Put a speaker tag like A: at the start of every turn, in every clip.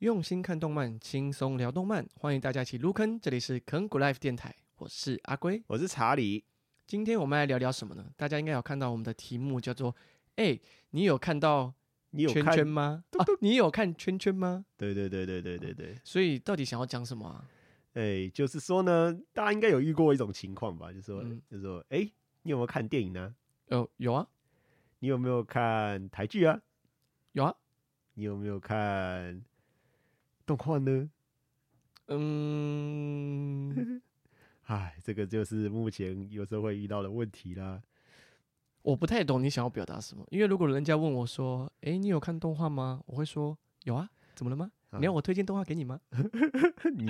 A: 用心看动漫，轻松聊动漫，欢迎大家一起入坑。这里是坑谷 Life 电台，我是阿龟。
B: 我是查理。
A: 今天我们来聊聊什么呢？大家应该有看到我们的题目叫做“哎、你有看到
B: 你有
A: 圈
B: 看？
A: 圈吗？ 啊，你有看圈圈吗
B: 对对对对对对对。？”
A: 所以到底想要讲什么啊？
B: 哎、就是说呢，大家应该有遇过一种情况吧，就是说，
A: 嗯
B: 就是说，哎、你有没有看电影呢、
A: 有有啊
B: 你有没有看台剧啊？
A: 有啊，
B: 你有没有看动画呢？
A: 嗯，
B: 哎，这个就是目前有时候会遇到的问题啦。
A: 我不太懂你想要表达什么，因为如果人家问我说：“哎、你有看动画吗？”我会说：“有啊，怎么了吗？
B: 啊
A: 你要我推荐动画给你吗？”
B: 你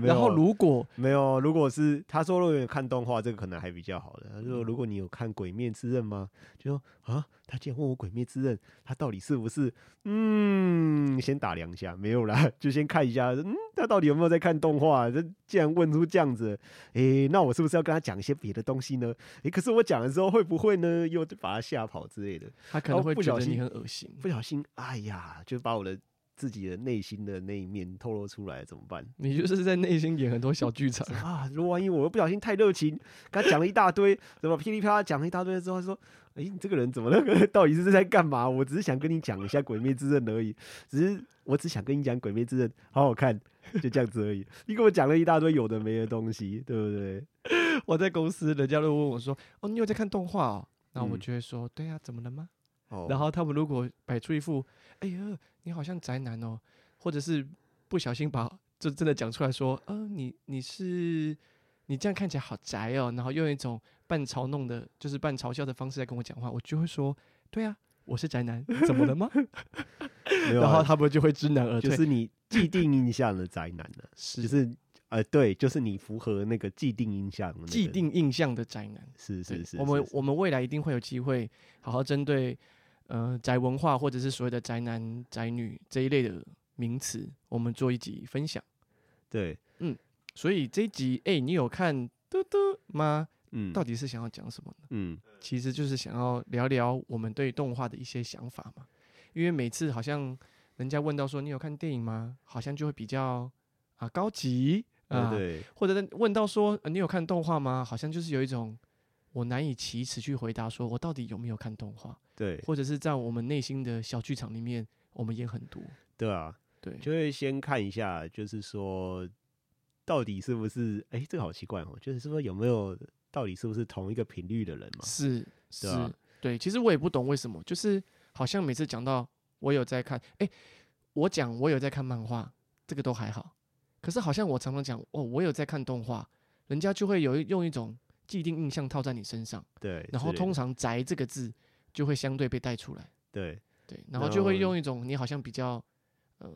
B: 没
A: 然后
B: 有啊
A: 如果
B: 没有，如果是他说如果有看动画，这个可能还比较好的。他说如果你有看《鬼灭之刃》吗？就说啊，他竟然问我《鬼灭之刃》，他到底是不是？嗯，先打量一下，没有啦，就先看一下，嗯，他到底有没有在看动画？啊这既然问出这样子，诶、那我是不是要跟他讲一些别的东西呢？诶、可是我讲的时候会不会呢？又把他吓跑之类的？
A: 他可能会
B: 哦不
A: 觉
B: 小
A: 得你
B: 心
A: 很恶心，
B: 不小心，哎呀，就把我的自己的内心的那一面透露出来，怎么办？
A: 你就是在内心演很多小剧场。
B: 啊，如果万一我又不小心太热情，跟他讲了一大堆，怎么噼里啪啦讲了一大堆之后，他说：“哎、你这个人怎么了？ 到底是在干嘛？我只是想跟你讲一下《鬼灭之刃》而已，只是我只想跟你讲《鬼灭之刃》好好看，就这样子而已。 你给我讲了一大堆有的没的东西，对不对？
A: 我在公司，人家都问我说：“哦，你有在看动画哦？”那我
B: 嗯
A: 就会说：“对啊，怎么了吗？”
B: 哦
A: 然后他们如果摆出一副“哎呀，你好像宅男哦”，或者是不小心把就真的讲出来说：“呃，你你是你这样看起来好宅哦。”然后用一种半嘲弄的，就是半嘲笑的方式来跟我讲话，我就会说：“对啊，我是宅男，怎么了吗？”
B: 没有
A: 然后
B: 啊，
A: 他们就会知难而退。
B: 就是你既定印象的宅男呢、
A: 是
B: 就是呃，对，就是你符合那个既定印象的那个、
A: 既定印象的宅男。
B: 是
A: 对
B: 是是，
A: 我们
B: 是
A: 我们未来一定会有机会好好针对呃宅文化或者是所谓的宅男宅女这一类的名词，我们做一集分享。
B: 对，
A: 所以这一集，哎、你有看嘟嘟吗？
B: 嗯，
A: 到底是想要讲什么呢？
B: 嗯
A: 其实就是想要聊聊我们对动画的一些想法嘛。因为每次好像人家问到说你有看电影吗，好像就会比较啊高级啊，
B: 对对。
A: 或者问到说、呃你有看动画吗？好像就是有一种我难以启齿去回答，说我到底有没有看动画，
B: 对
A: 或者是在我们内心的小剧场里面，我们也很多。
B: 对啊，
A: 对，
B: 就会先看一下，就是说到底是不是？哎、这个好奇怪哦，就是说有没有到底是不是同一个频率的人嘛？
A: 是是、
B: 对啊
A: 对。其实我也不懂为什么，就是好像每次讲到我有在看，哎、我讲我有在看漫画，这个都还好。可是好像我常常讲哦，我有在看动画，人家就会有一用一种既定印象套在你身上，
B: 对，
A: 然后
B: 之类的
A: 通常“宅”这个字就会相对被带出来。
B: 对
A: 对，然后
B: 然
A: 就会
B: 后
A: 用一种你好像比较呃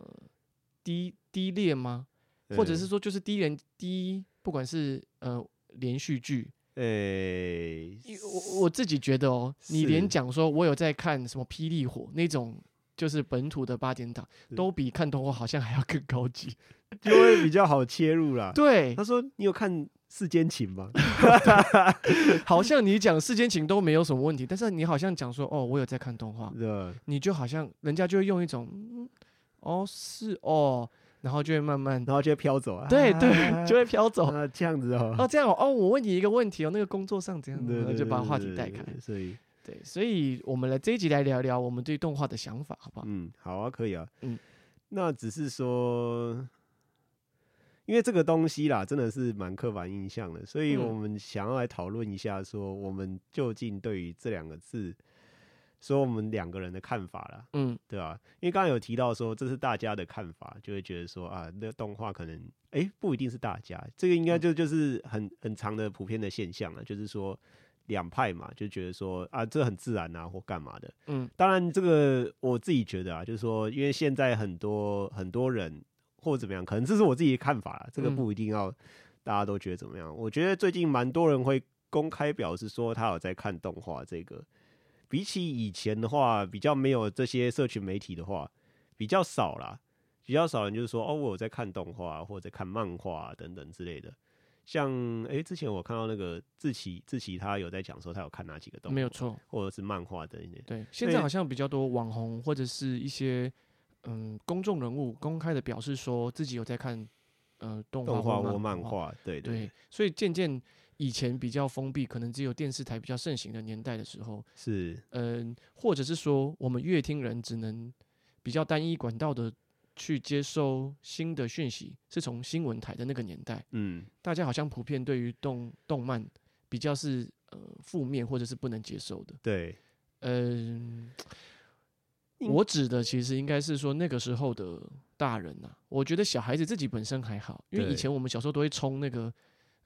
A: 低低劣吗？或者是说就是低人低，不管是呃连续剧，
B: 呃、诶
A: 因为我我自己觉得哦，你连
B: 是
A: 讲说我有在看什么《霹雳火》那种。就是本土的八点档，
B: 是
A: 都比看动画好像还要更高级。
B: 就会比较好切入啦。
A: 对
B: 他，说：“你有看《世间情》吗？
A: 好像你讲《世间情》都没有什么问题，但是你好像讲说哦，我有在看动画，
B: 对吧，
A: 你就好像人家就会用一种嗯，哦是哦，然后就会慢慢
B: 然后就会飘走啊。
A: 对
B: 啊
A: 对，就会飘走。
B: 啊这样子哦。
A: 哦，这样哦，哦，我问你一个问题哦，那个工作上怎样怎
B: 对
A: 样，
B: 对，
A: 就把
B: 对
A: 话题带
B: 对
A: 开。
B: 所以，
A: 对，所以我们来这一集来聊聊我们对动画的想法，好不好？
B: 嗯，好啊，可以啊。
A: 嗯
B: 嗯，那只是说，因为这个东西啦，真的是蛮刻板印象的，所以
A: 嗯
B: 我们想要来讨论一下，说我们究竟对于这两个字，说我们两个人的看法啦，
A: 嗯，
B: 对吧、因为刚刚有提到说，这是大家的看法，就会觉得说啊，那动画可能诶不一定是大家，这个应该
A: 嗯
B: 就就是很很长的普遍的现象了，就是说两派嘛，就觉得说啊，这很自然啊，或干嘛的。
A: 嗯，
B: 当然这个我自己觉得啊，就是说，因为现在很多很多人或怎么样，可能这是我自己的看法啦，这个
A: 嗯
B: 不一定要大家都觉得怎么样。我觉得最近蛮多人会公开表示说他有在看动画这个。比起以前的话，比较没有这些社群媒体的话，比较少啦，比较少人就是说哦，我有在看动画啊或者看漫画、啊等等之类的。像诶，之前我看到那个志奇，志奇他有在讲说他有看哪几个动画，
A: 没有错。
B: 或者是漫画等一些。
A: 对，现在好像比较多网红或者是一些嗯公众人物公开的表示说自己有在看呃动画
B: 动画
A: 或
B: 或
A: 漫
B: 漫画，对
A: 对，所以渐渐以前比较封闭，可能只有电视台比较盛行的年代的时候，
B: 是
A: 嗯、或者是说我们乐听人只能比较单一管道的去接收新的讯息，是从新闻台的那个年代，
B: 嗯
A: 大家好像普遍对于动动漫比较是呃负面或者是不能接受的，
B: 对，
A: 嗯、
B: 应
A: 我指的其实应该是说那个时候的大人呐、我觉得小孩子自己本身还好，因为以
B: 对
A: 前我们小时候都会冲那个，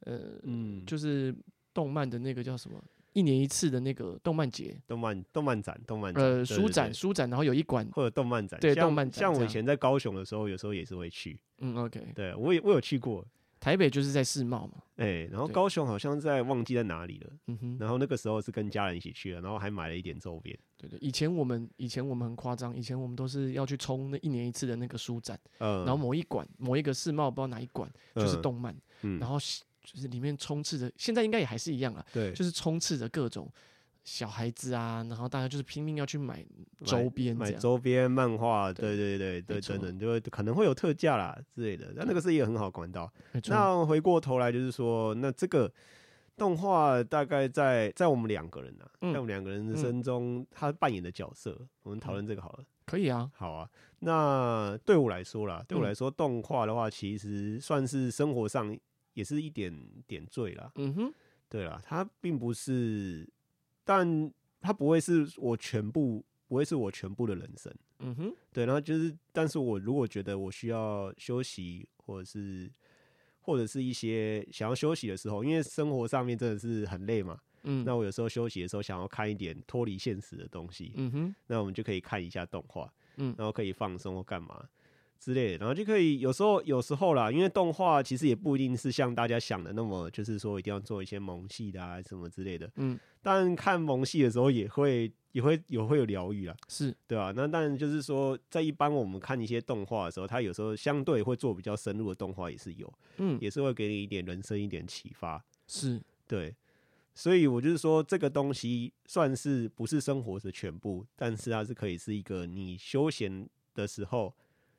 A: 呃，
B: 嗯
A: 就是动漫的那个叫什么，一年一次的那个动漫节，
B: 动漫动漫展动漫展
A: 呃，
B: 对
A: 书
B: 对
A: 展
B: 对
A: 书展，然后有一馆，
B: 或者动漫展，
A: 对
B: 像
A: 动漫展
B: 像
A: 这
B: 我以
A: 样
B: 前在高雄的时候，有时候也是会去，
A: 嗯，OK，
B: 对我也我有去过，
A: 台北就是在世贸嘛，
B: 哎、然后
A: 对
B: 高雄好像在忘记在哪里了，
A: 嗯哼，
B: 然后那个时候是跟家人一起去的，然后还买了一点周边，
A: 对对，以前我们以前我们很夸张，以前我们都是要去冲那一年一次的那个书展，
B: 嗯，
A: 然后某一馆某一个世贸不知道哪一馆就是
B: 嗯，
A: 动漫，
B: 嗯
A: 然后是就是里面充斥着，现在应该也还是一样啊，
B: 对，
A: 就是充斥着各种小孩子啊，然后大家就是拼命要去买
B: 买
A: 周边这
B: 买
A: 样。
B: 周边、漫画，
A: 对
B: 对对对对，
A: 错
B: 等等，就会可能会有特价啦之类的。那那个是一个很好的管道。
A: 没错
B: 那回过头来就是说，那这个动画大概在在我们两个人啊，
A: 嗯
B: 在我们两个
A: 嗯
B: 人人生中，他扮演的角色，我们讨论这个好了。
A: 可以啊，
B: 好啊，那对我来说啦，对我
A: 嗯
B: 来说，动画的话，其实算是生活上也是一点点缀啦。
A: 嗯哼，
B: 对啦，它并不是，但它不会是我全部，不会是我全部的人生。
A: 嗯哼，
B: 对，然后就是，但是我如果觉得我需要休息，或者是或者是一些想要休息的时候，因为生活上面真的是很累嘛，
A: 嗯，
B: 那我有时候休息的时候想要看一点脱离现实的东西，
A: 嗯哼，
B: 那我们就可以看一下动画，
A: 嗯
B: 然后可以放松或干嘛。之类的，然后就可以有时候有时候啦，因为动画其实也不一定是像大家想的那么，就是说一定要做一些萌系的啊什么之类的。
A: 嗯，
B: 但看萌系的时候也会也会也会有疗愈啦，
A: 是，
B: 对啊，那当然就是说，在一般我们看一些动画的时候，它有时候相对会做比较深入的动画，也是有，
A: 嗯，
B: 也是会给你一点人生一点启发。
A: 是，
B: 对，所以我就是说，这个东西算是不是生活的全部，但是它是可以是一个你休闲的时候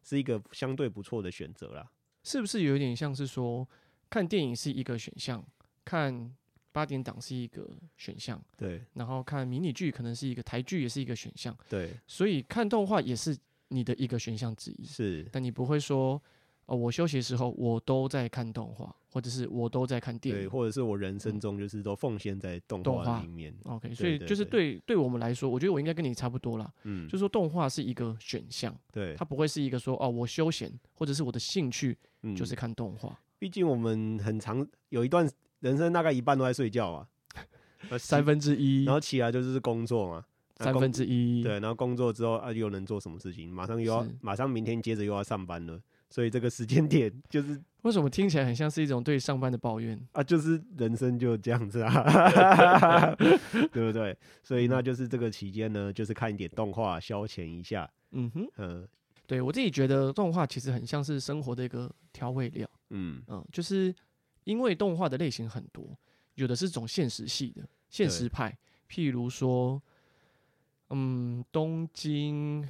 B: 是一个相对不错的选择啦。
A: 是不是有点像是说，看电影是一个选项，看八点档是一个选项，
B: 对
A: 然后看迷你剧可能是一个台剧，也是一个选项，
B: 对，
A: 所以看动画也是你的一个选项之一。
B: 是，
A: 但你不会说，哦，我休息的时候我都在看动画，或者是我都在看电
B: 对，
A: 影。嗯
B: 或者是我人生中就是都奉献在动
A: 动画
B: 画里面。
A: OK，
B: 对
A: 所以
B: 对
A: 就是对对我们来说，我觉得我应该跟你差不多啦。
B: 嗯，
A: 就是说，动画是一个选项，
B: 对
A: 它，不会是一个说哦，我休闲或者是我的兴趣
B: 嗯
A: 就是看动画。
B: 毕竟我们很长有一段人生，大概一半都在睡觉啊，呃
A: 三，分之一
B: 起然，后起来就是工作嘛，那
A: 三
B: 工
A: 分之一，
B: 对，，然后工作之后啊又能做什么事情？马上又要
A: 是
B: 马上明天接着又要上班了，所以这个时间点就是
A: 为什么听起来很像是一种对上班的抱怨？
B: 啊，就是人生就这样子啊， 对不对？所以那
A: 嗯
B: 就是这个期间呢，就是看一点动画消遣一下，
A: 嗯哼，
B: 嗯
A: 对我自己觉得动画其实很像是生活的一个调味料，
B: 嗯，
A: 嗯，就是因为动画的类型很多，有的是种现实系的现实派，譬如说，嗯，东京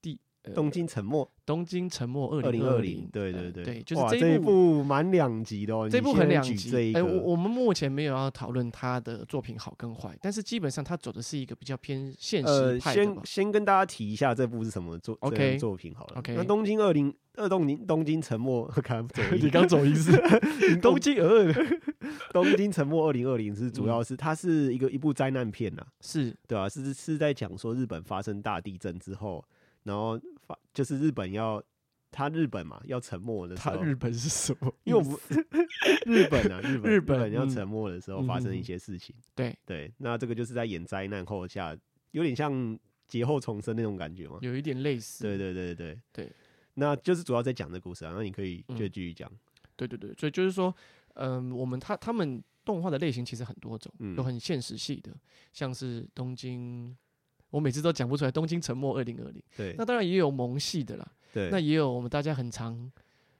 A: 第、呃
B: 东京沉默
A: 东京沉没二
B: 二
A: 零
B: 零
A: 二
B: 二
A: 零
B: 零，，对对
A: 呃
B: 对，
A: 对，就是
B: 哇
A: 这
B: 这
A: 一
B: 一
A: 部
B: 部蛮两极的哦，
A: 这
B: 你
A: 部
B: 先
A: 很两
B: 举
A: 极，
B: 这一
A: 哎、
B: 个，
A: 我我们目前没有要讨论它的作品好跟坏，但是基本上它走的是一个比较偏现实
B: 呃，
A: 派的
B: 先
A: 吧。
B: 先跟大家提一下这部是什么作
A: OK
B: 这样作品好了。
A: OK
B: 那东京二零二东京东京沉默，看 走音
A: 你刚走一次，东京呃鹅
B: 东京沉默二零二零是主
A: 嗯
B: 要是、它是一个一部灾难片呐、
A: 是
B: 对啊，是是在讲说日本发生大地震之后，然后发就是日本要它日本嘛要沉没的时
A: 它
B: 候，
A: 日本是什 么？
B: 因为我们 日本啊日 本
A: 日
B: 日
A: 本
B: 要
A: 嗯
B: 沉没的时候发生一些事情，
A: 对
B: 对，那这个就是在演灾难后下，有点像劫后重生那种感觉嘛。
A: 有一点类似，
B: 对对对对
A: 对，
B: 那就是主要在讲这故事啊。那你可以就
A: 嗯
B: 继续讲，
A: 对对对，所以就是说，嗯，我们他他们动画的类型其实很多种，有
B: 嗯
A: 很现实系的，像是东京，我每次都讲不出来，《东京沉默二零二零》，
B: 对
A: 那当然也有萌系的啦，
B: 对，
A: 那也有我们大家很常，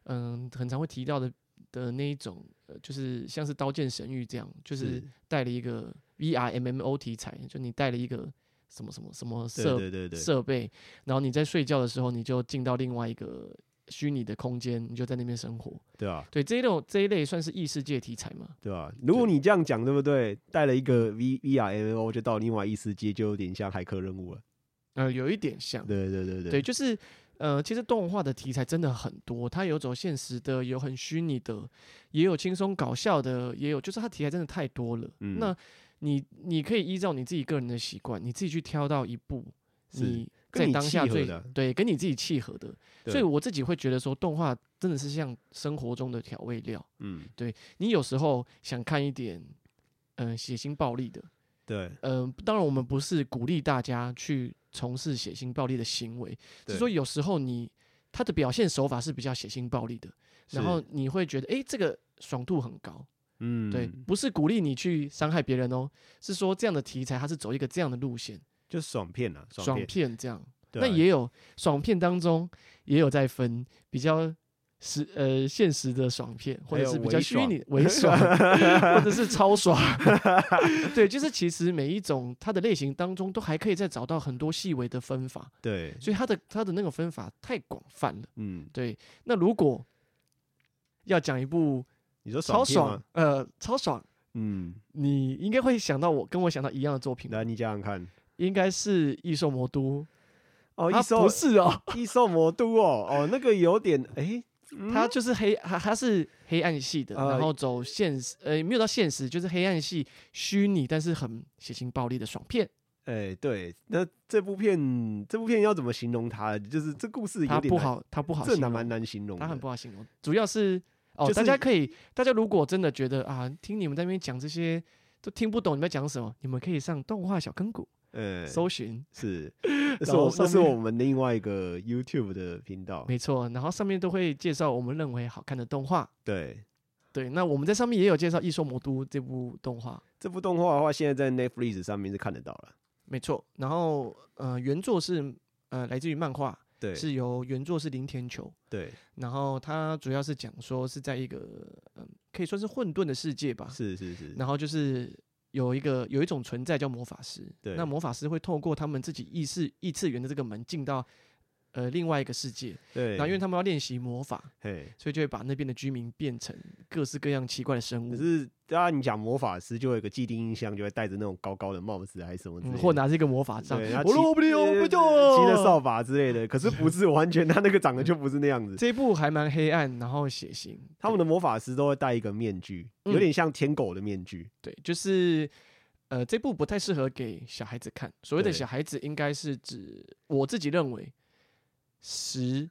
A: 嗯，很常会提到的的那一种，呃，就是像是《刀剑神域》这样，就是带了一个 VR MMO 题材，就你带了一个什么什么什么
B: 对
A: 设
B: 对对对，
A: 设备，然后你在睡觉的时候，你就进到另外一个虚拟的空间，你就在那边生活。
B: 对啊，
A: 对，这一种这一类算是异世界题材嘛？
B: 对啊。如果你这样讲，对不对？带了一个 V V R M O 就到另外异世界，就有点像骇客任务了。
A: 呃，有一点像。
B: 对对对对
A: 对，就是呃，其实动画的题材真的很多，它有走现实的，有很虚拟的，也有轻松搞笑的，也有就是它题材真的太多了。
B: 嗯
A: 那你你可以依照你自己个人的习惯，你自己去挑到一部
B: 是
A: 你
B: 跟
A: 在
B: 你
A: 当
B: 契
A: 下
B: 合
A: 最
B: 的
A: 对跟你自己契合的。所以
B: 对
A: 我自己会觉得说，动画真的是像生活中的调味料。
B: 嗯，
A: 你有时候想看一点，嗯、血腥暴力的，
B: 对，
A: 嗯、当然我们不是鼓励大家去从事血腥暴力的行为，
B: 对
A: 是说有时候你他的表现手法是比较血腥暴力的，然后
B: 是
A: 你会觉得，诶，这个爽度很高。
B: 嗯，
A: 对，不是鼓励你去伤害别人哦，是说这样的题材它是走一个这样的路线，
B: 就爽片啊，
A: 爽
B: 片。
A: 片这样。
B: 对
A: 那
B: 啊
A: 也有爽片当中也有在分比较实呃现实的爽片，或
B: 还
A: 者
B: 有
A: 是比
B: 伪
A: 较虚
B: 爽
A: 拟伪爽， 或者是超爽。 对，就是其实每一种它的类型当中都还可以再找到很多细微的分法，
B: 对，
A: 所以它的它的那个分法太广泛了。
B: 嗯，
A: 对，那如果要讲一部
B: 你说
A: 超
B: 爽片吗
A: 爽，，呃，超爽。
B: 嗯，
A: 你应该会想到我跟我想到一样的作品，
B: 来你想想看。
A: 应该是《异兽魔都》
B: 哦，
A: 它
B: 异兽
A: 不是哦，
B: 异兽魔都哦，哦，那个有点哎，嗯
A: 它就是黑，它它是黑暗系的，
B: 呃
A: 然后走现实，呃，没有到现实，就是黑暗系虚拟，但是很血腥暴力的爽片，
B: 哎对，那这部片这部片要怎么形容它？就是这故事
A: 它
B: 有点
A: 不
B: 难，
A: 好，它不好
B: 这
A: 形
B: 难蛮
A: 容，
B: 难形容的，
A: 它很不好形容，主要是哦，
B: 就是
A: 大家可以，大家如果真的觉得啊，听你们在那边讲这些。都听不懂你们在讲什么，你们可以上动画小坑谷
B: 呃，
A: 搜寻，
B: 是， 那是
A: 然后
B: 我那
A: 上
B: 是
A: 面
B: 我们另外一个 YouTube 的频道，
A: 没错，然后上面都会介绍我们认为好看的动画，
B: 对。
A: 对，那我们在上面也有介绍《异兽魔都》这部动画，
B: 这部动画的话，现在在 Netflix 上面是看得到了。
A: 没错。然后，呃，原作是呃来自于漫画，
B: 对，
A: 是由原作是林田球，
B: 对，
A: 然后它主要是讲说是在一个嗯、可以算是混沌的世界吧，
B: 是是是，
A: 然后就是有一个有一种存在叫魔法师，
B: 对
A: 那魔法师会透过他们自己异世异次元的这个门进到呃另外一个世界，
B: 对，
A: 然后因为他们要练习魔法，
B: 嘿，
A: 所以就会把那边的居民变成各式各样奇怪的生
B: 可
A: 物。
B: 是当然你讲魔法师，就有一个既定印象，就会戴着那种高高的帽子还是什么之类
A: 嗯，
B: 的，
A: 或拿这个魔法杖，
B: 对，他
A: 我
B: 骑
A: 说我不利用，我不
B: 对
A: 救
B: 对骑着
A: 了
B: 扫把之类的，可是不是完全，他那个长得就不是那样子。
A: 这一部还蛮黑暗，然后血腥。
B: 他们的魔法师都会戴一个面具，
A: 嗯
B: 有点像天狗的面具。
A: 对，就是呃，这部不太适合给小孩子看。所谓的
B: 对
A: 小孩子，应该是指我自己认为十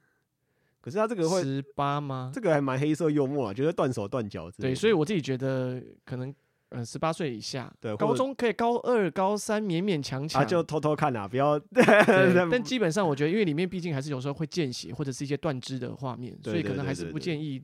B: 可是他这个会，
A: 十八吗？
B: 这个还蛮黑色幽默啊，就是断手断脚之类
A: 对，
B: 的。
A: 所以我自己觉得可能呃十八岁以下，
B: 对或
A: 高
B: 者
A: 中可以高二、高三勉勉强
B: 啊
A: 强
B: 就 偷偷看啊，不要。
A: 对
B: 但
A: 但基本上我觉得，因为里面毕竟还是有时候会见血或者是一些断肢的画面，
B: 对
A: 所以
B: 对
A: 可能
B: 对
A: 还是
B: 对
A: 不
B: 对
A: 建议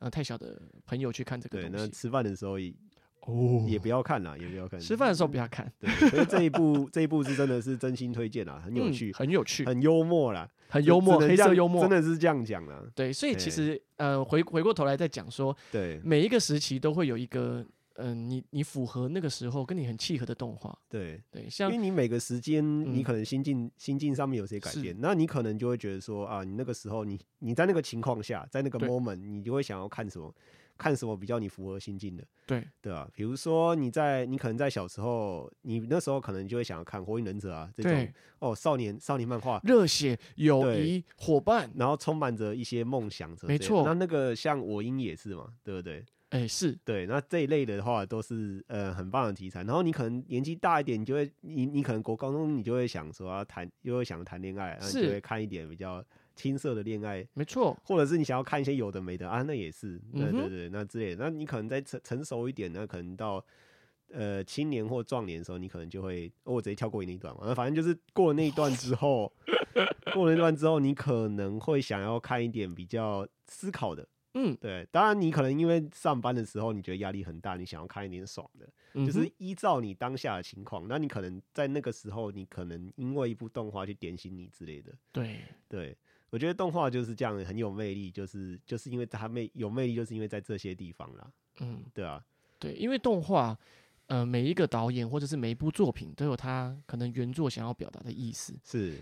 A: 呃太小的朋友去看这个
B: 对，
A: 东
B: 那
A: 西。
B: 吃饭的时候也
A: 哦
B: 也不要看啦，也不要看。
A: 吃饭的时候不要看，
B: 对，所以这一部这一部是真的是真心推荐啊，很有
A: 嗯
B: 趣，
A: 很有趣，
B: 很幽默啦，
A: 很幽默，
B: 只能
A: 黑
B: 这样
A: 色幽默，
B: 真的是这样讲啦。
A: 对，所以
B: 哎
A: 其实呃，回回过头来再讲说，
B: 对
A: 每一个时期都会有一个嗯、呃你你符合那个时候跟你很契合的动画，
B: 对，
A: 对，
B: 因
A: 像
B: 为你每个时间，
A: 嗯
B: 你可能心境心境上面有些改
A: 是
B: 变，那你可能就会觉得说啊，你那个时候你你在那个情况下，在那个
A: 对
B: moment，你就会想要看什么，看什么比较你符合心境的，
A: 对
B: 对啊，比如说你在你可能在小时候，你那时候可能就会想要看《火影忍者》啊这种
A: 对
B: 哦少年少年漫画，
A: 热血、友
B: 对
A: 谊、伙伴，
B: 然后充满着一些梦想着，
A: 没错
B: 那那个像我英也是嘛，对不对？
A: 哎、是
B: 对，那这一类的话都是呃很棒的题材。然后你可能年纪大一点，你就会你你可能国高中你就会想说要谈，又会想谈恋爱，然后你就是会看一点比较青涩的恋爱，
A: 没错，
B: 或者是你想要看一些有的没的啊，那也是，对
A: 嗯
B: 对
A: 哼
B: 对，那之类的。那你可能再成成熟一点，那可能到。呃，青年或壮年的时候，你可能就会，哦、我直接跳过你那一段嘛。那反正就是过了那一段之后，过了那段之后，你可能会想要看一点比较思考的，
A: 嗯，
B: 对，当然你可能因为上班的时候你觉得压力很大，你想要看一点爽的，就
A: 嗯
B: 是
A: 哼
B: 依照你当下的情况，那你可能在那个时候，你可能因为一部动画去点醒你之类的。
A: 对，
B: 对，我觉得动画就是这样，很有魅力，就是就是因为它魅有魅力，就是因为在这些地方啦，
A: 嗯
B: 对啊，
A: 对，因为动画呃，每一个导演或者是每一部作品都有他可能原作想要表达的意思。
B: 是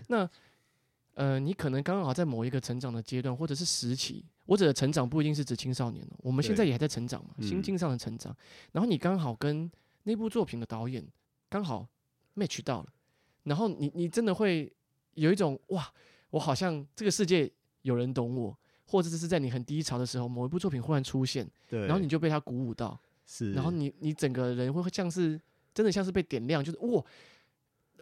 A: 呃，你可能刚好在某一个成长的阶段或者是时期，我指的成长不一定是指青少年哦，我们现在
B: 对
A: 也还在成长嘛，心
B: 嗯
A: 境上的成长。然后你刚好跟那部作品的导演刚好 match 到了，然后你你真的会有一种哇，我好像这个世界有人懂我，或者是在你很低潮的时候，某一部作品忽然出现，
B: 对，
A: 然后你就被他鼓舞到，
B: 是，
A: 然后你你整个人会会像是真的像是被点亮，就是哇，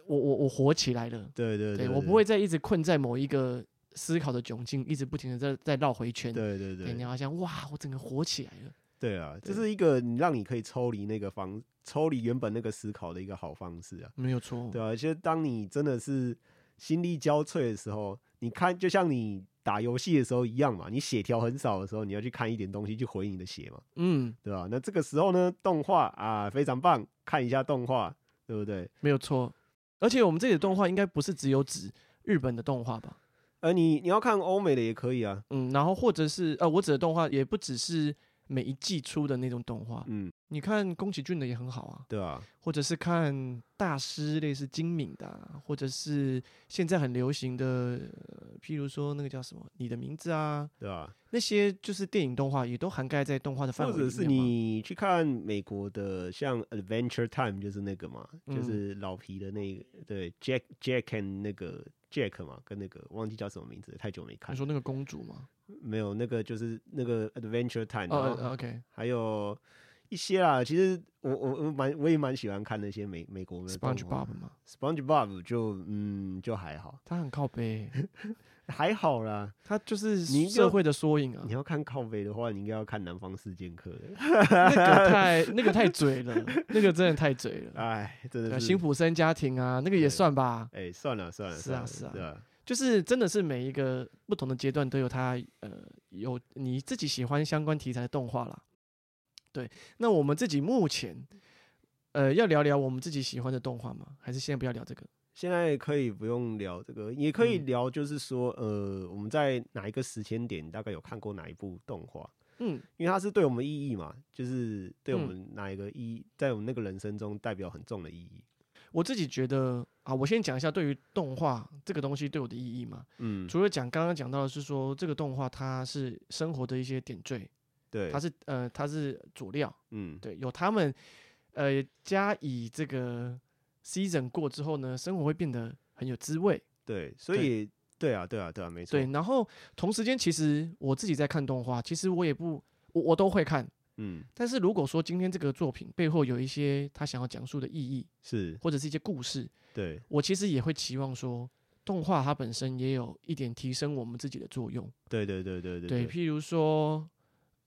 A: 我我我火起来了。
B: 对对
A: 对我不会，再一直困在某一个思考的窘境，一直不停的在在绕回圈。
B: 对对
A: 你
B: 对，
A: 好像哇，我整个火起来了。
B: 对啊，这
A: 对
B: 是一个你让你可以抽离那个方，抽离原本那个思考的一个好方式啊，
A: 没有错，
B: 对啊，其实当你真的是心力交瘁的时候，你看就像你打游戏的时候一样嘛，你血条很少的时候，你要去看一点东西去回你的血嘛，
A: 嗯，
B: 对吧、那这个时候呢，动画啊非常棒，看一下动画，对不对？
A: 没有错。而且我们这里的动画应该不是只有指日本的动画吧？
B: 呃，你你要看欧美的也可以啊，
A: 嗯，然后或者是呃，我指的动画也不只是每一季出的那种动画。
B: 嗯，
A: 你看宫崎骏的也很好啊，
B: 对啊，
A: 或者是看大师类似金敏的、啊，或者是现在很流行的，呃譬如说那个叫什么《你的名字》啊，
B: 对啊，
A: 那些就是电影动画也都涵盖在动画的范
B: 或
A: 围里
B: 者
A: 面
B: 是
A: 吗
B: 你去看美国的，像 Adventure Time 就是那个嘛，
A: 嗯
B: 就是老皮的那个，对 Jack Jack and 那个 Jack 嘛，跟那个忘记叫什么名字了，太久没看
A: 你
B: 了。
A: 说那个公主吗？
B: 没有，那个就是那个 Adventure Time，、
A: 哦、
B: 然
A: 呃
B: 后
A: ，OK，
B: 还有一些啦。其实我我我蛮我也蛮喜欢看那些美美国的动画
A: SpongeBob 嘛，
B: SpongeBob 就嗯就还好，
A: 他很靠 背欸、
B: 还好啦。
A: 他就是
B: 你
A: 社
B: 就
A: 会的缩影啊
B: 你。要看靠北的话，你应该要看《南方四剑客》的。
A: 那个太 那个太嘴了，那个真的太嘴了。
B: 哎，真
A: 对
B: 的
A: 啊，
B: 是
A: 辛普森家庭啊，那个也
B: 对
A: 算吧。
B: 哎，算了算了，
A: 是啊
B: 算了
A: 是啊
B: 对啊，
A: 就是真的是每一个不同的阶段都有它呃有你自己喜欢相关题材的动画啦。对，那我们自己目前呃要聊聊我们自己喜欢的动画吗？还是现在不要聊这个？
B: 现在可以不用聊这个，也可以
A: 嗯
B: 聊，就是说，呃，我们在哪一个时间点大概有看过哪一部动画？
A: 嗯，
B: 因为它是对我们意义嘛，就是对我
A: 嗯
B: 们哪一个意义，在我们那个人生中代表很重的意义。
A: 我自己觉得啊，我先讲一下对于动画这个东西对我的意义嘛。
B: 嗯，
A: 除了讲刚刚讲到的是说这个动画它是生活的一些点缀，
B: 对，
A: 它是呃它是佐料，
B: 嗯，
A: 对，有他们呃加以这个 season 过之后呢，生活会变得很有滋味。
B: 对，所以对啊，对啊，对啊，没错
A: 对，，然后同时间其实我自己在看动画，其实我也不我我都会看，
B: 嗯，
A: 但是如果说今天这个作品背后有一些他想要讲述的意义
B: 是
A: 或者是一些故事，
B: 对，
A: 我其实也会期望说，动画它本身也有一点提升我们自己的作用。
B: 对对对对对
A: 对，
B: 对，
A: 譬如说，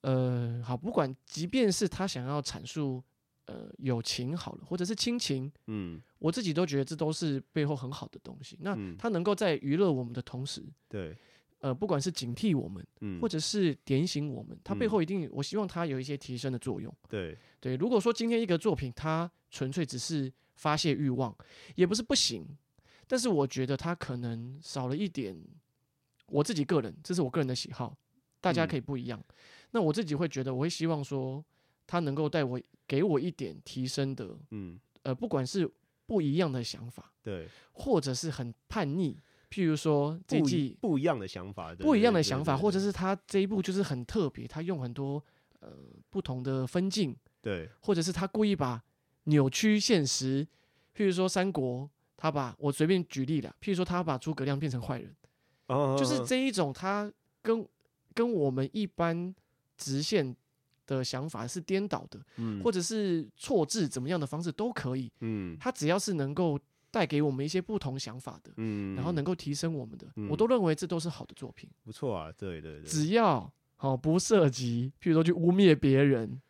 A: 呃，好，不管即便是他想要阐述呃友情好了，或者是亲情，
B: 嗯，
A: 我自己都觉得这都是背后很好的东西。那
B: 嗯
A: 它能够在娱乐我们的同时，
B: 对，
A: 呃，不管是警惕我们，
B: 嗯，
A: 或者是点醒我们，它背
B: 嗯
A: 后一定，我希望它有一些提升的作用。
B: 对，
A: 对，如果说今天一个作品它纯粹只是发泄欲望，也不是不行，但是我觉得它可能少了一点，我自己个人，这是我个人的喜好，大家
B: 嗯
A: 可以不一样。那我自己会觉得，我会希望说，它能够带我给我一点提升的，
B: 嗯，
A: 呃，不管是不一样的想法，
B: 对，
A: 或者是很叛逆，譬如说这一
B: 不一
A: 季
B: 不一样的想法，对
A: 不一样的
B: 对对
A: 想
B: 对
A: 法，
B: 对
A: 或者是他这一部就是很特别，他用很多呃不同的分镜，
B: 对，
A: 或者是他故意把扭曲现实，譬如说三国，他把我随便举例了，譬如说他把诸葛亮变成坏人，
B: 哦
A: 就是这一种，他跟跟我们一般直线的想法是颠倒的，
B: 嗯
A: 或者是错置怎么样的方式都可以，
B: 嗯
A: 他只要是能够带给我们一些不同想法的，
B: 嗯，
A: 然后能
B: 够
A: 够提升我们的，我
B: 嗯
A: 都认为这都是好的作品。
B: 不错啊，对对对，
A: 只要好、不涉及，譬如说去污蔑别人，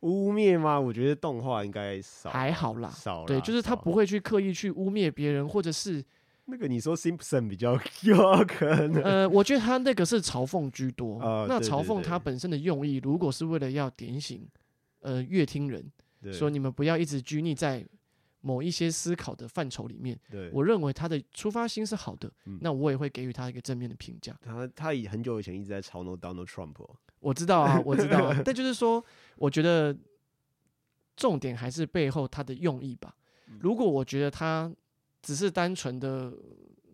B: 污蔑吗？我觉得动画应该少
A: 还
B: 啦
A: 好啦。
B: 少啦，啊
A: 对，就是他
B: 少
A: 不会去刻意去污蔑别人，或者是
B: 那个你说 Simpson 比较 有可能，
A: 呃，我觉得他那个是嘲讽居 多。
B: 啊
A: 那
B: 对
A: 嘲
B: 对
A: 讽他
B: 对
A: 本身的用意，如果是为了要点醒呃乐听人，
B: 对
A: 说你们不要一直拘泥在某一些思考的范畴里面，
B: 对，
A: 我认为他的出发心是好的，
B: 嗯
A: 那我也会给予他一个正面的评价。
B: 他他以很久以前一直在嘲弄 Donald Trump，哦
A: 我知道啊，我知道啊，但就是说，我觉得重点还是背后它的用意吧。
B: 嗯
A: 如果我觉得他只是单纯的、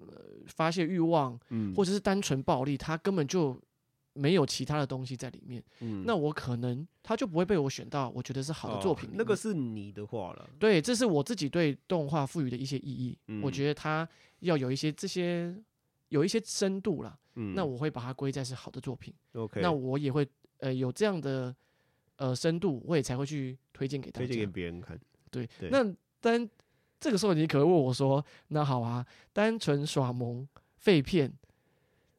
A: 呃、发泄欲望，
B: 嗯
A: 或者是单纯暴力，他根本就没有其他的东西在里面，
B: 嗯
A: 那我可能他就不会被我选到，我觉得是好的作品
B: 哦
A: 里面、
B: 那个是你的话了，
A: 对，这是我自己对动画赋予的一些意义。我
B: 嗯
A: 觉得它要有一些这些有一些深度啦，
B: 嗯，
A: 那我会把它归在是好的作品。
B: OK，
A: 那我也会呃有这样的呃深度，我也才会去推荐给大家。
B: 推荐给别人看，
A: 对，
B: 对
A: 那单这个时候你可能问我说：“那好啊，单纯耍萌废片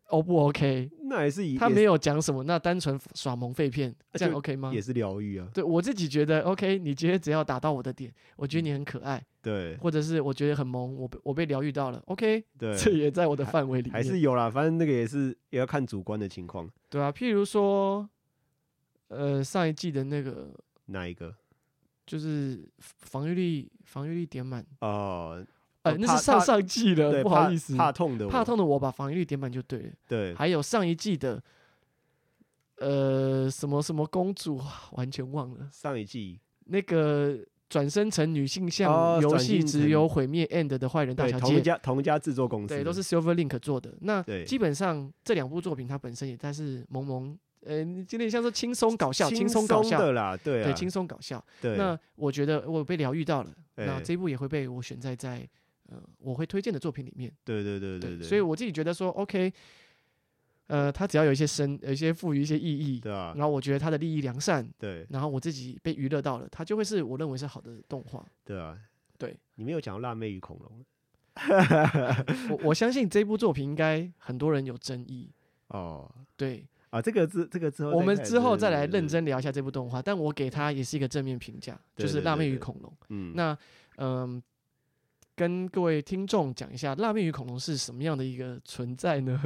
A: ，O 不 OK？”
B: 那也是一
A: 他
B: 也
A: 没有讲什么，那单纯耍萌废片这样
B: 就
A: OK 吗
B: 也？是疗愈啊，
A: 对我自己觉得 OK，你今天只要打到我的点，我觉得你很可爱，
B: 嗯对
A: 或者是我觉得很萌，我被我被疗愈到了，OK，
B: 对，
A: 这也在我的范围里面。
B: 还是有啦，反正那个也是也要看主观的情况，
A: 对啊，譬如说，呃，上一季的那个
B: 哪一个
A: 就是防御力防御力点满，
B: 哦，
A: 呃，
B: 哦
A: 那
B: 怕
A: 是上
B: 怕
A: 上季
B: 对，
A: 的，呃不好
B: 怕
A: 意思，
B: 怕痛的我，
A: 怕痛的我把防御力点满就对了。
B: 对，
A: 还有上一季的，呃，什么什么公主，哇完全忘了
B: 上一季
A: 那个。转生成女性向
B: 哦
A: 游
B: 转
A: 戏
B: 性
A: 只
B: 成
A: 有毁灭 End 的坏人大
B: 对
A: 小
B: 同一
A: 姐，
B: 家同一家制作公司，
A: 对，都是 Silver Link 做的。那
B: 对
A: 基本上这两部作品，它本身也但是萌萌，呃，有点像是轻松搞笑，轻松搞笑，
B: 的啦，对
A: 对，
B: 啊，
A: 轻松搞笑。
B: 对，
A: 那我觉得我被疗愈到了，那
B: 哎
A: 这一部也会被我选在在呃我会推荐的作品里面。
B: 对对对对对，
A: 所以我自己觉得说，OK，呃，它只要有一些深，有一些赋予一些意义，
B: 对啊
A: 然，后我觉得它的利益良善，
B: 对
A: 然后我自己被娱乐到了，它就会是我认为是好的动画。
B: 对啊，
A: 对
B: 你没有讲到辣妹与恐龙
A: 我我相信这部作品应该很多人有争议，
B: 哦
A: 对
B: 啊，这个之这个之后再
A: 我们
B: 看
A: 之后
B: 对
A: 再来
B: 对对
A: 认真聊一下这部动画，但我给它也是一个正面评价，就
B: 对
A: 是《
B: 对
A: 辣
B: 对
A: 妹与
B: 对
A: 恐龙》。
B: 嗯
A: 那嗯，跟各位听众讲一下，《辣妹与恐龙》是什么样的一个存在呢？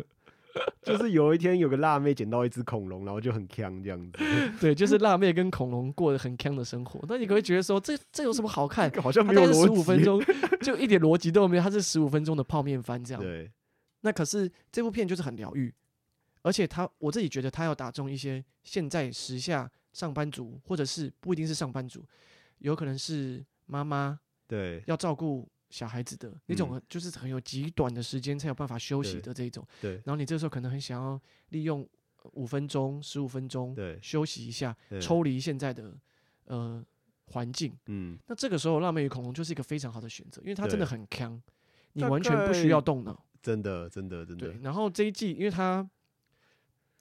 B: 就是有一天有个辣妹捡到一只恐龙，然后就很呛 这样子，
A: 对，就是辣妹跟恐龙过得很康的生活。那你可能会觉得说，这这有什么好看？
B: 好像
A: 它
B: 没有
A: 大概
B: 逻
A: 十
B: 辑。
A: 五分，钟，就一点逻辑都没有，它是十五分钟的泡面番这样。
B: 对，
A: 那可是这部片就是很疗愈，而且它我自己觉得它要打中一些现在时下上班族，或者是不一定是上班族，有可能是妈妈
B: 对，
A: 要照顾小孩子的那种
B: 嗯，
A: 就是很有极短的时间才有办法休息
B: 对
A: 的这种。
B: 对，
A: 然后你这时候可能很想要利用五分钟、十五分钟
B: 对，
A: 休息一下，
B: 对，
A: 抽离现在的呃环境。
B: 嗯，
A: 那这个时候，《辣妹与恐龙》就是一个非常好的选择，因为它真的
B: 对
A: 很强，你
B: 大
A: 完全不需
B: 概
A: 要动脑。
B: 真的，真的，真的
A: 对，，然后这一季，因为它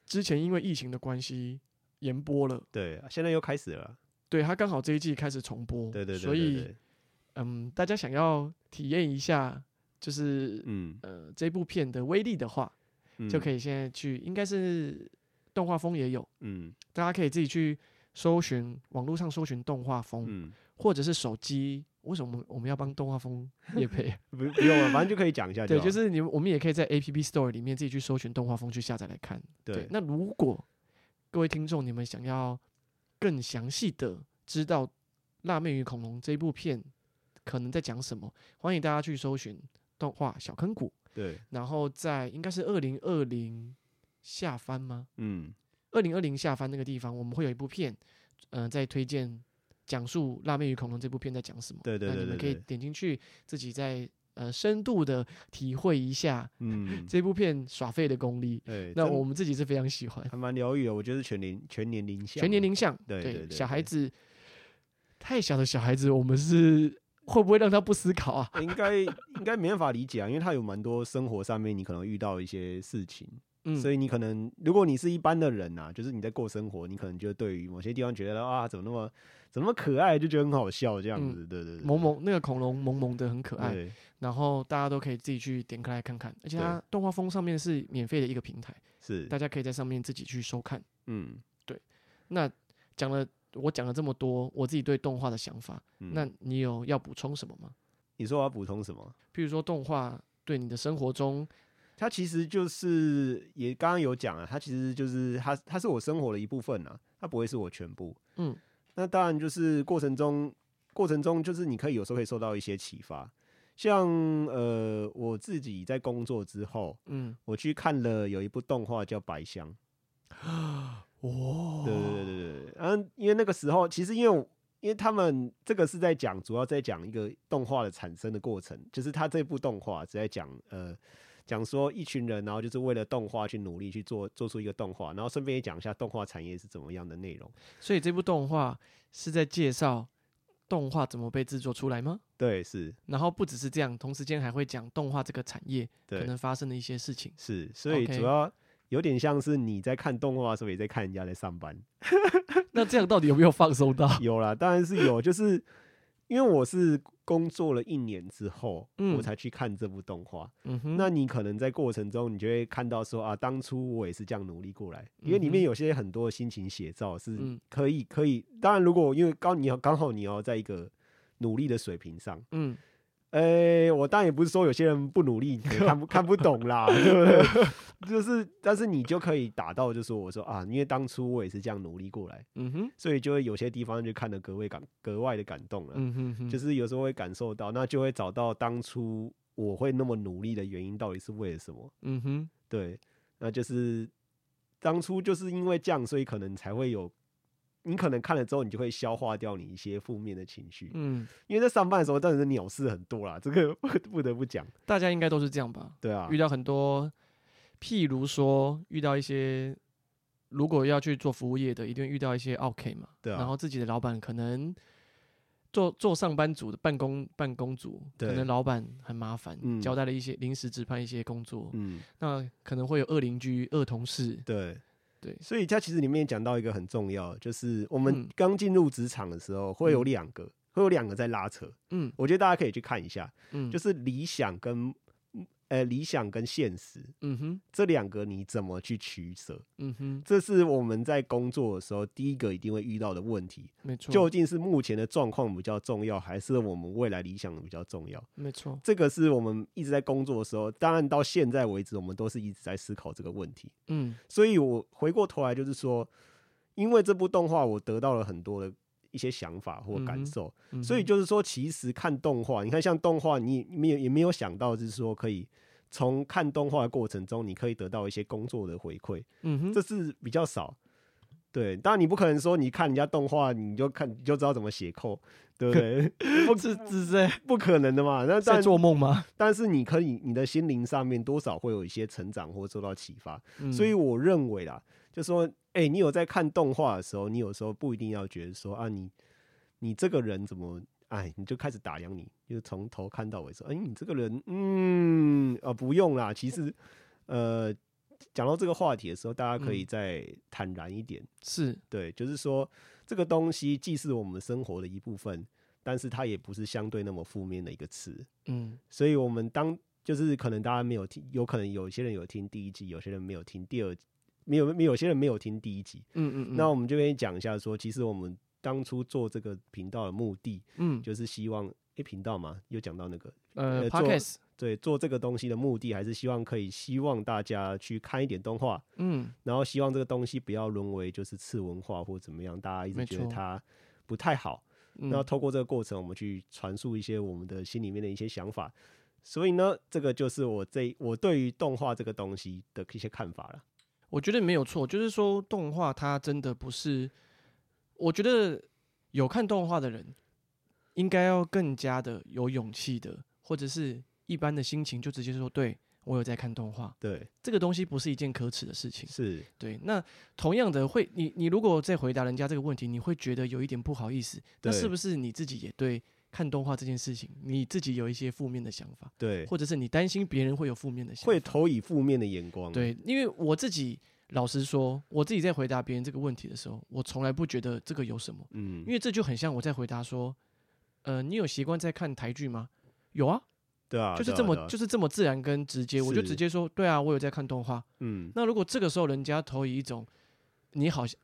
A: 之前因为疫情的关系延播了，
B: 对，现在又开始了，
A: 对它刚好这一季开始重播，
B: 对对对，
A: 所
B: 对
A: 以
B: 对
A: 嗯，大家想要体验一下，就是
B: 嗯，
A: 呃这部片的威力的话，就可
B: 以，
A: 以现在去，应该是动画风也有，
B: 嗯
A: 大家可以自己去搜寻网络上搜寻动画风，
B: 嗯，
A: 或者是手机。为什么我们我们要帮动画风 也配？
B: 不不用了，反正就可以讲一下好，
A: 对，就是你们我们也可以在 A P P Store 里面自己去搜寻动画风去下载来看。
B: 对，
A: 那如果各位听众你们想要更详细的知道《辣妹与恐龙》这部片可能在讲什么，欢迎大家去搜寻动画小坑谷，
B: 对，
A: 然后在应该是二零二零下翻吗？
B: 嗯，
A: 二零二零下翻那个地方，我们会有一部片，嗯、在推荐讲述《辣妹与恐龙》这部片在讲什么。
B: 对对
A: 那
B: 对
A: 你们
B: 对
A: 可以
B: 对
A: 点进去，自己再呃深度的体会一下
B: 嗯，
A: 这部片耍废的功力。
B: 对，
A: 那
B: 真
A: 我们自己是非常喜欢，
B: 还蛮疗愈的，我觉得是全年全年龄向，
A: 全年，龄向，
B: 对对对
A: 小孩
B: 对
A: 子太小的小孩子，我们是会不会让他不思考啊？
B: 应该应该没办法理解啊，因为他有蛮多生活上面你可能遇到一些事情。
A: 嗯，
B: 所
A: 以
B: 以你可能，如果你是一般的人呐、就是你在过生活，你可能就对于某些地方觉得啊，怎么那么怎么那么可爱，就觉得很好笑这样
A: 嗯
B: 子，对对对，
A: 萌萌那个恐龙萌萌的很可
B: 可
A: 爱，
B: 对
A: 然后大家都可以自己去点开来看看，而且它动画风上面是免费的一个平台，
B: 是
A: 大，家可以在上面自己去收看。
B: 嗯，
A: 那讲了我讲了这么多，我自己对动画的想法，
B: 嗯
A: 那你有要补充什么吗？
B: 你说我要补充什么？
A: 譬如说动画对你的生活中，
B: 它其实就是也刚刚有讲啊，它其实就是它它是我生活的一部分啊，它不会是我全部。
A: 嗯，
B: 那当然就是过程中过程中就是你可以有时候可以受到一些启发，像呃我自己在工作之后，
A: 嗯，
B: 我去看了有一部动画叫《白箱》。
A: 哦，
B: 对对对对对，然后因为那个时候，其实因为我因为他们这个是在讲，主要在讲一个动画的产生的过程，就是他这部动画只在讲呃。讲说一群人，然后就是为了动画去努力去做做出一个动画，然后顺便也讲一下动画产业是怎么样的内容。
A: 所以这部动画是在介绍动画怎么被制作出来吗？
B: 对，是，
A: 然后不只是这样，同时间还会讲动画这个产业可
B: 对
A: 能发生的一些 事情。
B: 是，所以
A: OK
B: 主要有点像是你在看动画的时候，也在看人家在上班。
A: 那这样到底有没有放松 到？
B: 有啦，当然是有，就是因为我是工作了一年之后，
A: 嗯
B: 我才去看这部动画。
A: 嗯哼，
B: 那你可能在过程中，你就会看到说啊，当初我也是这样努力过来，因为里面有些很多心情写照是
A: 嗯
B: 可以可以。当然，如果因为刚你要刚好你要在一个努力的水平上，
A: 嗯，
B: 诶，哎我当然也不是说有些人不努力，你可能看不看不懂啦，对不对？ 就是，但是你就可以打到，就说我说啊，因为当初我也是这样努力过来，
A: 嗯哼，
B: 所以就会有些地方就看得格外感格外的感动了。
A: 嗯哼哼，
B: 就是是有时候会感受到，那就会找到当初我会那么努力的原因到底是为了什么？
A: 嗯哼，
B: 对，那就是当初就是因为这样，所以可能才会有。你可能看了之后，你就会消化掉你一些负面的情绪，
A: 嗯，
B: 因为在上班的时候，当然是鸟事很多啦，这个 不不得不讲。
A: 大家应该都是这样吧？
B: 对啊
A: 遇，到很多，譬如说遇到一些，如果要去做服务业的，一定会遇到一些 OK 嘛，
B: 对啊
A: 然后自己的老板可能做做上班族的办公办公族，可
B: 对
A: 能老板很麻烦，
B: 嗯
A: 交代了一些临时指派一些工作，
B: 嗯，
A: 那可能会有恶邻居、恶同事，
B: 对
A: 对
B: 所以它其实里面讲到一个很重要的，就是我们
A: 嗯
B: 刚进入职场的时候，会有
A: 嗯
B: 两个，会有两个在拉扯。
A: 嗯
B: 我觉得大家可以去看一下，
A: 嗯，
B: 就是理想跟呃理想跟现实
A: 嗯哼
B: 这两个你怎么去取舍？
A: 嗯哼，
B: 这是我们在工作的时候第一个一定会遇到的问题。
A: 没错，
B: 究竟是目前的状况比较重要，还是我们未来理想比较重要？
A: 没错，
B: 这个是我们一直在工作的时候，当然到现在为止，我们都是一直在思考这个问题。
A: 嗯
B: 所以我回过头来就是说，因为这部动画，我得到了很多的一些想法或
A: 嗯
B: 感
A: 哼
B: 受。
A: 嗯
B: 所以
A: 哼
B: 就是说，其实看动画，你看像动画，你没有也没有想到，就是说可以从看动画的过程中，你可以得到一些工作的回馈，
A: 嗯哼，
B: 这是比较少。对，当然你不可能说你看人家动画，你就看你就知道怎么写扣，对不对？
A: 不是是在
B: 不可能的嘛。那
A: 在
B: 但
A: 做梦吗？
B: 但是你可以，你的心灵上面多少会有一些成长或受到启发。
A: 嗯
B: 所以我认为啦，就说，哎、你有在看动画的时候，你有时候不一定要觉得说啊，你你这个人怎么，哎，你就开始打量你，就从头看到尾说，哎、你这个人，嗯，啊，不用啦，其实，呃，讲到这个话题的时候，大家可以
A: 嗯
B: 再坦然一点，
A: 是
B: 对，就是说这个东西既是我们生活的一部分，但是它也不是相对那么负面的一个词，
A: 嗯
B: 所以我们当就是可能大家没有听，有可能有些人有听第一集，有些人没有听第二集，没有没有些人没有听第一集。
A: 嗯嗯，嗯
B: 那我们这边讲一下说，其实我们当初做这个频道的目的，
A: 嗯
B: 就是希望诶频道嘛，有讲到那个
A: 呃 p
B: 呃做
A: o d c a s t
B: 对做这个东西的目的，还是希望可以希望大家去看一点动画，
A: 嗯
B: 然后希望这个东西不要沦为就是次文化或怎么样，大家一直
A: 没
B: 觉得
A: 错
B: 它不太好。
A: 嗯，
B: 那透过这个过程，我们去传述一些我们的心里面的一些想法。所以呢，这个就是我这我对于动画这个东西的一些看法了。
A: 我觉得没有错，就是说动画它真的不是，我觉得有看动画的人应该要更加的有勇气的，或者是一般的心情就直接说，对我有在看动画，
B: 对，
A: 这个东西不是一件可耻的事情。
B: 是，
A: 对，那同样的会，你你如果再回答人家这个问题，你会觉得有一点不好意思，那
B: 对
A: 是不是你自己也对看动画这件事情，你自己有一些负面的想法，
B: 对，
A: 或者是你担心别人会有负面的想法？
B: 会投以负面的眼光。，
A: 对，因为我自己老实说，我自己在回答别人这个问题的时候，我从来不觉得这个有什么，
B: 嗯
A: 因，为这就很像我在回答说，呃，你有习惯在看台剧吗？有啊，
B: 对啊，
A: 就是
B: 对啊
A: 这么、
B: 对啊
A: 就是这么自然跟直接，我就直
B: 是
A: 接说，对啊，我有在看动画。
B: 嗯，
A: 那如果这个时候人家投以一种你好像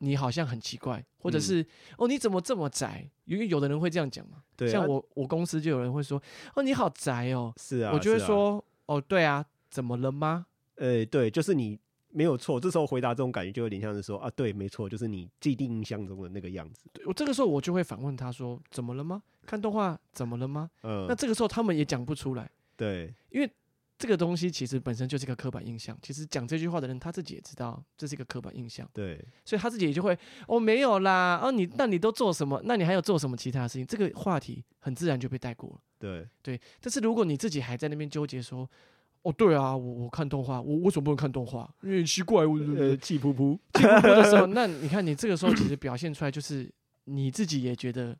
A: 你好像很奇怪，或者
B: 嗯
A: 是、哦你怎么这么宅？因为有的人会这样讲嘛，
B: 对啊，
A: 像我我公司就有人会说，哦你好宅哦，
B: 是啊，
A: 我就会
B: 是啊，
A: 说，哦对啊，怎么了吗？
B: 呃，对，就是你没有错。这时候回答这种感觉就有点像是说啊，对，没错，就是你既定印象中的那个样子。
A: 对我这个时候我就会反问他说：“怎么了吗？看动画怎么了吗？”
B: 嗯
A: 那，这个时候他们也讲不出来，
B: 对，
A: 因为这个东西其实本身就是一个刻板印象。其实讲这句话的人他自己也知道这是一个刻板印象，
B: 对，
A: 所以他自己也就会哦没有啦，哦你那你都做什么？那你还有做什么其他的事情？这个话题很自然就被带过了。
B: 对，
A: 对，但是如果你自己还在那边纠结说，哦对啊，我我看动画，我我为什么不能看动画？因为很奇怪，我
B: 呃，气噗噗，
A: 多的时候，那你看你这个时候其实表现出来，就是你自己也觉得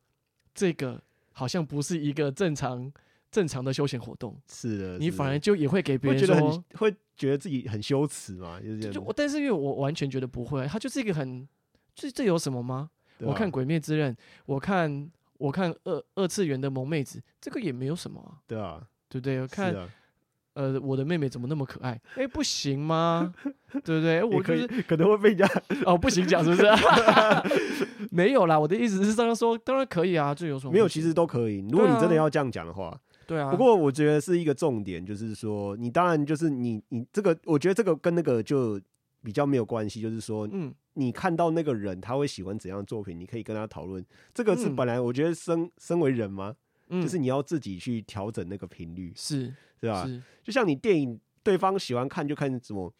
A: 这个好像不是一个正常正常的休闲活动，
B: 是的，
A: 你
B: 是的
A: 反而就也会给别
B: 会
A: 人
B: 觉得
A: 说
B: 很，会觉得自己很羞耻嘛，就是这
A: 就
B: 样
A: 我，但是因为我完全觉得不会，啊它就是一个很这这有什么吗？
B: 对啊
A: 我
B: 吧
A: 看《鬼灭之刃》，我看我看二二次元的萌妹子，这个也没有什么、啊，
B: 对啊，
A: 对不对？我
B: 是
A: 看
B: 啊
A: 呃我的妹妹怎么那么可爱？ 哎，不行吗？对不对？诶
B: 也
A: 我
B: 可
A: 就
B: 以
A: 是
B: 可能会被人家
A: 哦，不行讲是不 是？没有啦，我的意思是刚刚说，当然可以啊，这有什么
B: 没有，
A: 不行
B: 其实都可以。如果你真的
A: 对啊
B: 要这样讲的话，
A: 对啊，
B: 不过我觉得是一个重点，就是说你当然就是你你这个，我觉得这个跟那个就比较没有关系，就是说
A: 嗯，
B: 你看到那个人他会喜欢怎样的作品，你可以跟他讨论。这个是
A: 嗯
B: 本来我觉得身身为人嘛，
A: 嗯
B: 就是你啊要自己去调整那个频率，
A: 是
B: 是吧？
A: 是
B: 就像你电影，对方喜欢看就看什么，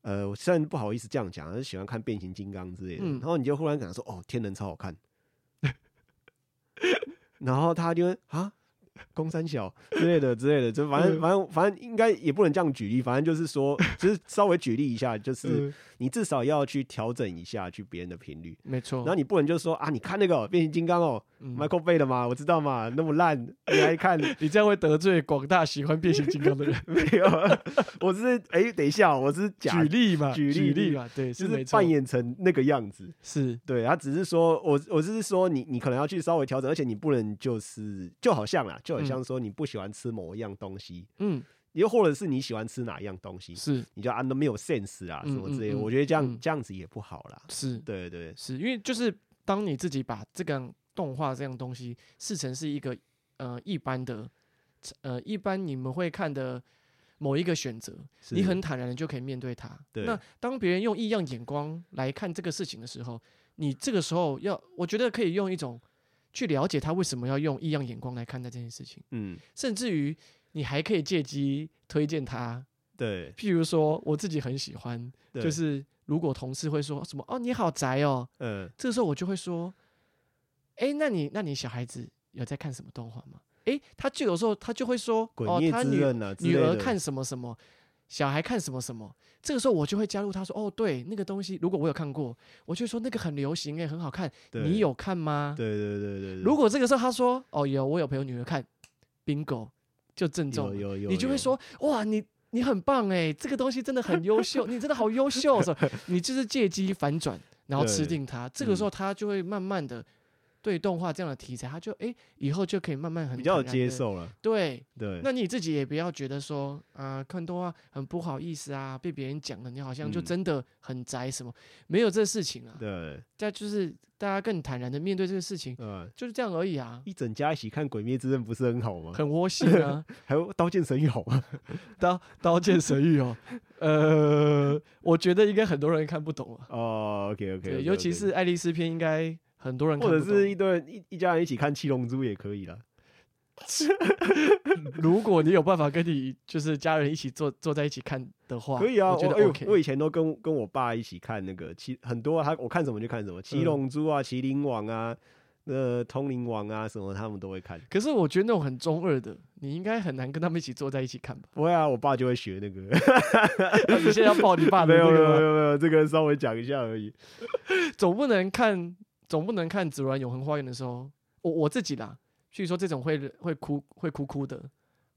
B: 呃，我虽然不好意思这样讲，但是喜欢看变形金刚之类的，
A: 嗯
B: 然后你就忽然讲说，哦，天人超好看，然后他就会啊，宫三小之类的之类的，就反正
A: 嗯
B: 反正反正应该也不能这样举例，反正就是说，就是稍微举例一下，就是
A: 嗯
B: 你至少要去调整一下去别人的频率。
A: 没错。
B: 然后你不能就说啊，你看那个变形金刚哦
A: 哦嗯
B: ，Michael Bay 的嘛，我知道嘛，那么烂，你还看？
A: 你这样会得罪广大喜欢变形金刚的人。
B: 没有，啊我只是哎、等一下哦，我只是 假
A: 举例嘛，
B: 举
A: 举
B: 例
A: 例嘛，对，
B: 就是
A: 没
B: 是
A: 错
B: 扮，演成那个样子。
A: 是
B: 对他只是说，我我只是说你你可能要去稍微调整，而且你不能就是就好像啦，就好像说你不喜欢吃某一样东西，
A: 嗯
B: 又或者是你喜欢吃哪一样东西，
A: 是
B: 你就按都没有 sense 啊
A: 嗯
B: 什么之类的。
A: 嗯嗯
B: 我觉得这样
A: 嗯
B: 这样子也不好啦。
A: 是
B: 对对对
A: 是，因为就是当你自己把这个动画这样东西视成是一个呃一般的呃一般你们会看的某一个选择，
B: 是
A: 你很坦然的就可以面对它。
B: 对
A: 那当别人用异样眼光来看这个事情的时候，你这个时候要，我觉得可以用一种去了解他为什么要用异样眼光来看待这件事情，
B: 嗯
A: 甚至于你还可以借机推荐他。
B: 对，
A: 譬如说，我自己很喜欢，
B: 对
A: 就是如果同事会说什么“哦，你好宅哦
B: 嗯”，
A: 这个时候我就会说：“哎，那你那你小孩子有在看什么动画吗？”哎，他就有时候他就会说：“
B: 鬼
A: 哦，
B: 灭
A: 他
B: 之
A: 女
B: 刃啊之类
A: 女
B: 的，
A: 儿看什么什么，小孩看什么什么。这个时候我就会加入他说：“哦，对，那个东西如果我有看过，我就说那个很流行诶、很好看，
B: 对
A: 你？有看吗？”
B: 对对对对对，
A: 如果这个时候他说：“哦，有，我有陪我女儿看，bingo，就正中
B: 有
A: 了。
B: 有有，
A: 你就会
B: 有
A: 说：“哇，你你很棒诶、这个东西真的很优 秀，你真的好优秀。”是吧你就是借机反转，然后吃
B: 对嗯
A: 定他。这个时候他就会慢慢的对动画这样的题材，他就诶、以后就可以慢慢很
B: 比较有
A: 坦然地
B: 接受了，
A: 对。
B: 对，
A: 那你自己也不要觉得说，啊、看动画很不好意思啊，被别人讲了，你好像就
B: 嗯
A: 真的很宅什么，没有这事情啊。
B: 对，
A: 再就是大家更坦然的面对这个事情，
B: 嗯。
A: 就是这样而已 啊，
B: 一整家一起看《鬼灭之刃》不是很好吗？
A: 很窝心啊。
B: 还有《刀剑神域》好 吗？
A: 刀刀剑神域哦，呃，我觉得应该很多人看不懂啊，
B: 哦，OK OK，,
A: 对，尤其是爱丽丝篇，应该很多人看
B: 或
A: 不
B: 者
A: 懂。
B: 是一堆人一一家人一起看《七龙珠》也可以啦。
A: 如果你有办法跟你就是家人一起坐坐在一起看的话，
B: 可以啊，
A: 我觉
B: 我
A: 得
B: 哎呦
A: OK。
B: 我以前都跟跟我爸一起看那个七很多、啊，他我看什么就看什么，《七龙珠》啊，《麒麟王》啊，呃，《通灵王》啊，什么他们都 会看。
A: 可是我觉得那种很中二的，你应该很难跟他们一起坐在一起看吧。
B: 不会啊，我爸就会学那个。
A: 啊你现在要抱你爸
B: 没
A: 的
B: 有
A: 那
B: 没
A: 个
B: 有没
A: 吗，
B: 有没有，这个稍微讲一下而已。
A: 总不能看，总不能看《紫罗兰永恒花园》的时候，我我自己啦，譬如说这种会会哭会哭哭的，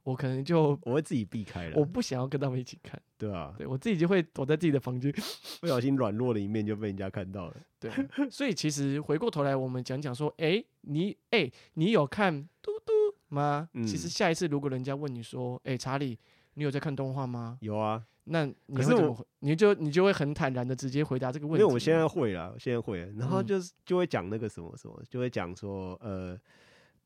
A: 我可能就
B: 我会自己避开
A: 我
B: 了，
A: 不想要跟他们一起看，
B: 对啊，
A: 对我自己就会躲在自己的房间。
B: 不小心软弱的一面就被人家看到了。
A: 对啊，所以其实回过头来，我们讲讲说，诶，你诶，你有看嘟嘟吗？
B: 嗯
A: 其实下一次如果人家问你说，诶，查理，你有在看动画吗？
B: 有啊，
A: 那你
B: 可
A: 会
B: 是
A: 怎么
B: 我
A: 回？你就你就会很坦然的直接回答这个问
B: 因
A: 题
B: 为
A: 吗。
B: 我现在会了，我现在会了，啊然后
A: 嗯
B: 就是就会讲那个什么什么，就会讲说呃，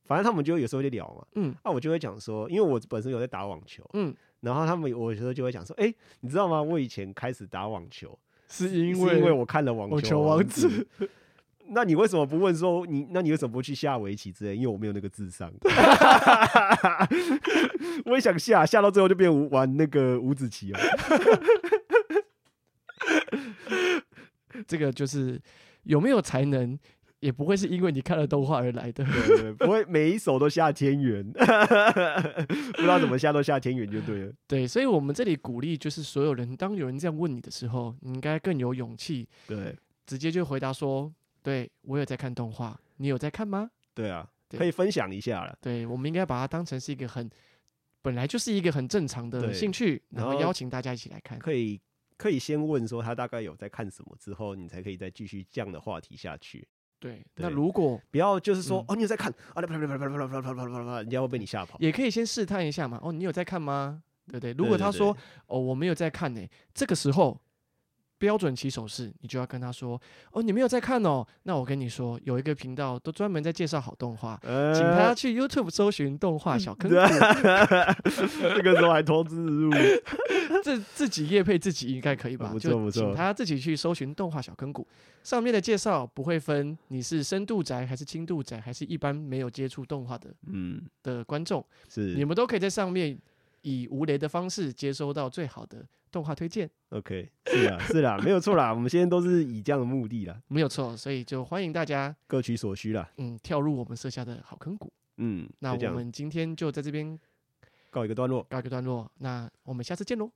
B: 反正他们就有时候就聊嘛，
A: 嗯
B: 啊，我就会讲说，因为我本身有在打网球，
A: 嗯，
B: 然后他们我有时候就会讲说，哎、你知道吗？我以前开始打网球，
A: 是因
B: 是因为我看了《网
A: 网球
B: 王
A: 王
B: 子》那你为什么不问说你？那你为什么不去下围棋之类？因为我没有那个智 商。 我也想下，下到最后就变无玩那个五子棋了。
A: 这个就是有没有才能，也不会是因为你看了动画而来的。
B: 对对不会每一手都下天元，不知道怎么下都下天元就对了。
A: 对，所以我们这里鼓励就是所有人，当有人这样问你的时候，你应该更有勇气，
B: 对
A: 直接就回答说：“对我有在看动画，你有在看吗
B: 对啊，
A: 对
B: 可以分享一下了。？”
A: 对，我们应该把它当成是一个很本来就是一个很正常的
B: 对
A: 兴趣，然
B: 然
A: 后
B: 后
A: 邀请大家一起来看。
B: 可以可以先问说他大概有在看什么，之后你才可以再继续这样的话题下去。
A: 对，那
B: 对
A: 如果
B: 不要就是说、
A: 嗯
B: 哦你有在看啊，啪啪啪啪啪啪啪啪啪啪啪，人家会被你吓跑。
A: 也可以先试探一下嘛，哦，你有在看吗？对不对？如果他说
B: 对
A: 哦我没有在看呢、这个时候标准起手式，你就要跟他说哦你没有在看哦，那我跟你说有一个频道都专门在介绍好动画，
B: 呃
A: 请他去 YouTube 搜寻动画 小坑，
B: 这个时候还投资入，
A: 自自己业配自己应该可以
B: 啊
A: 吧？
B: 不错
A: 就
B: 不
A: 请
B: 错
A: 他自己去搜寻动画小坑谷，上面的介绍不会分你是深度宅还是轻度宅，还是一般没有接触动画的
B: 嗯，
A: 的观众，你
B: 是
A: 们都可以在上面以无雷的方式接收到最好的动画推荐，
B: OK，是啦是啦，没有错啦，我们现在都是以这样的目的啦，
A: 没有错。所以就欢迎大家
B: 各取所需啦。
A: 嗯跳入我们设下的好坑谷。
B: 嗯，
A: 那
B: 就
A: 我
B: 这样
A: 们今天就在这边
B: 告一个段落，
A: 告一个段落，那我们下次见喽，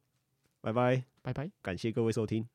B: 拜拜，
A: 拜拜。
B: 感谢各位收听。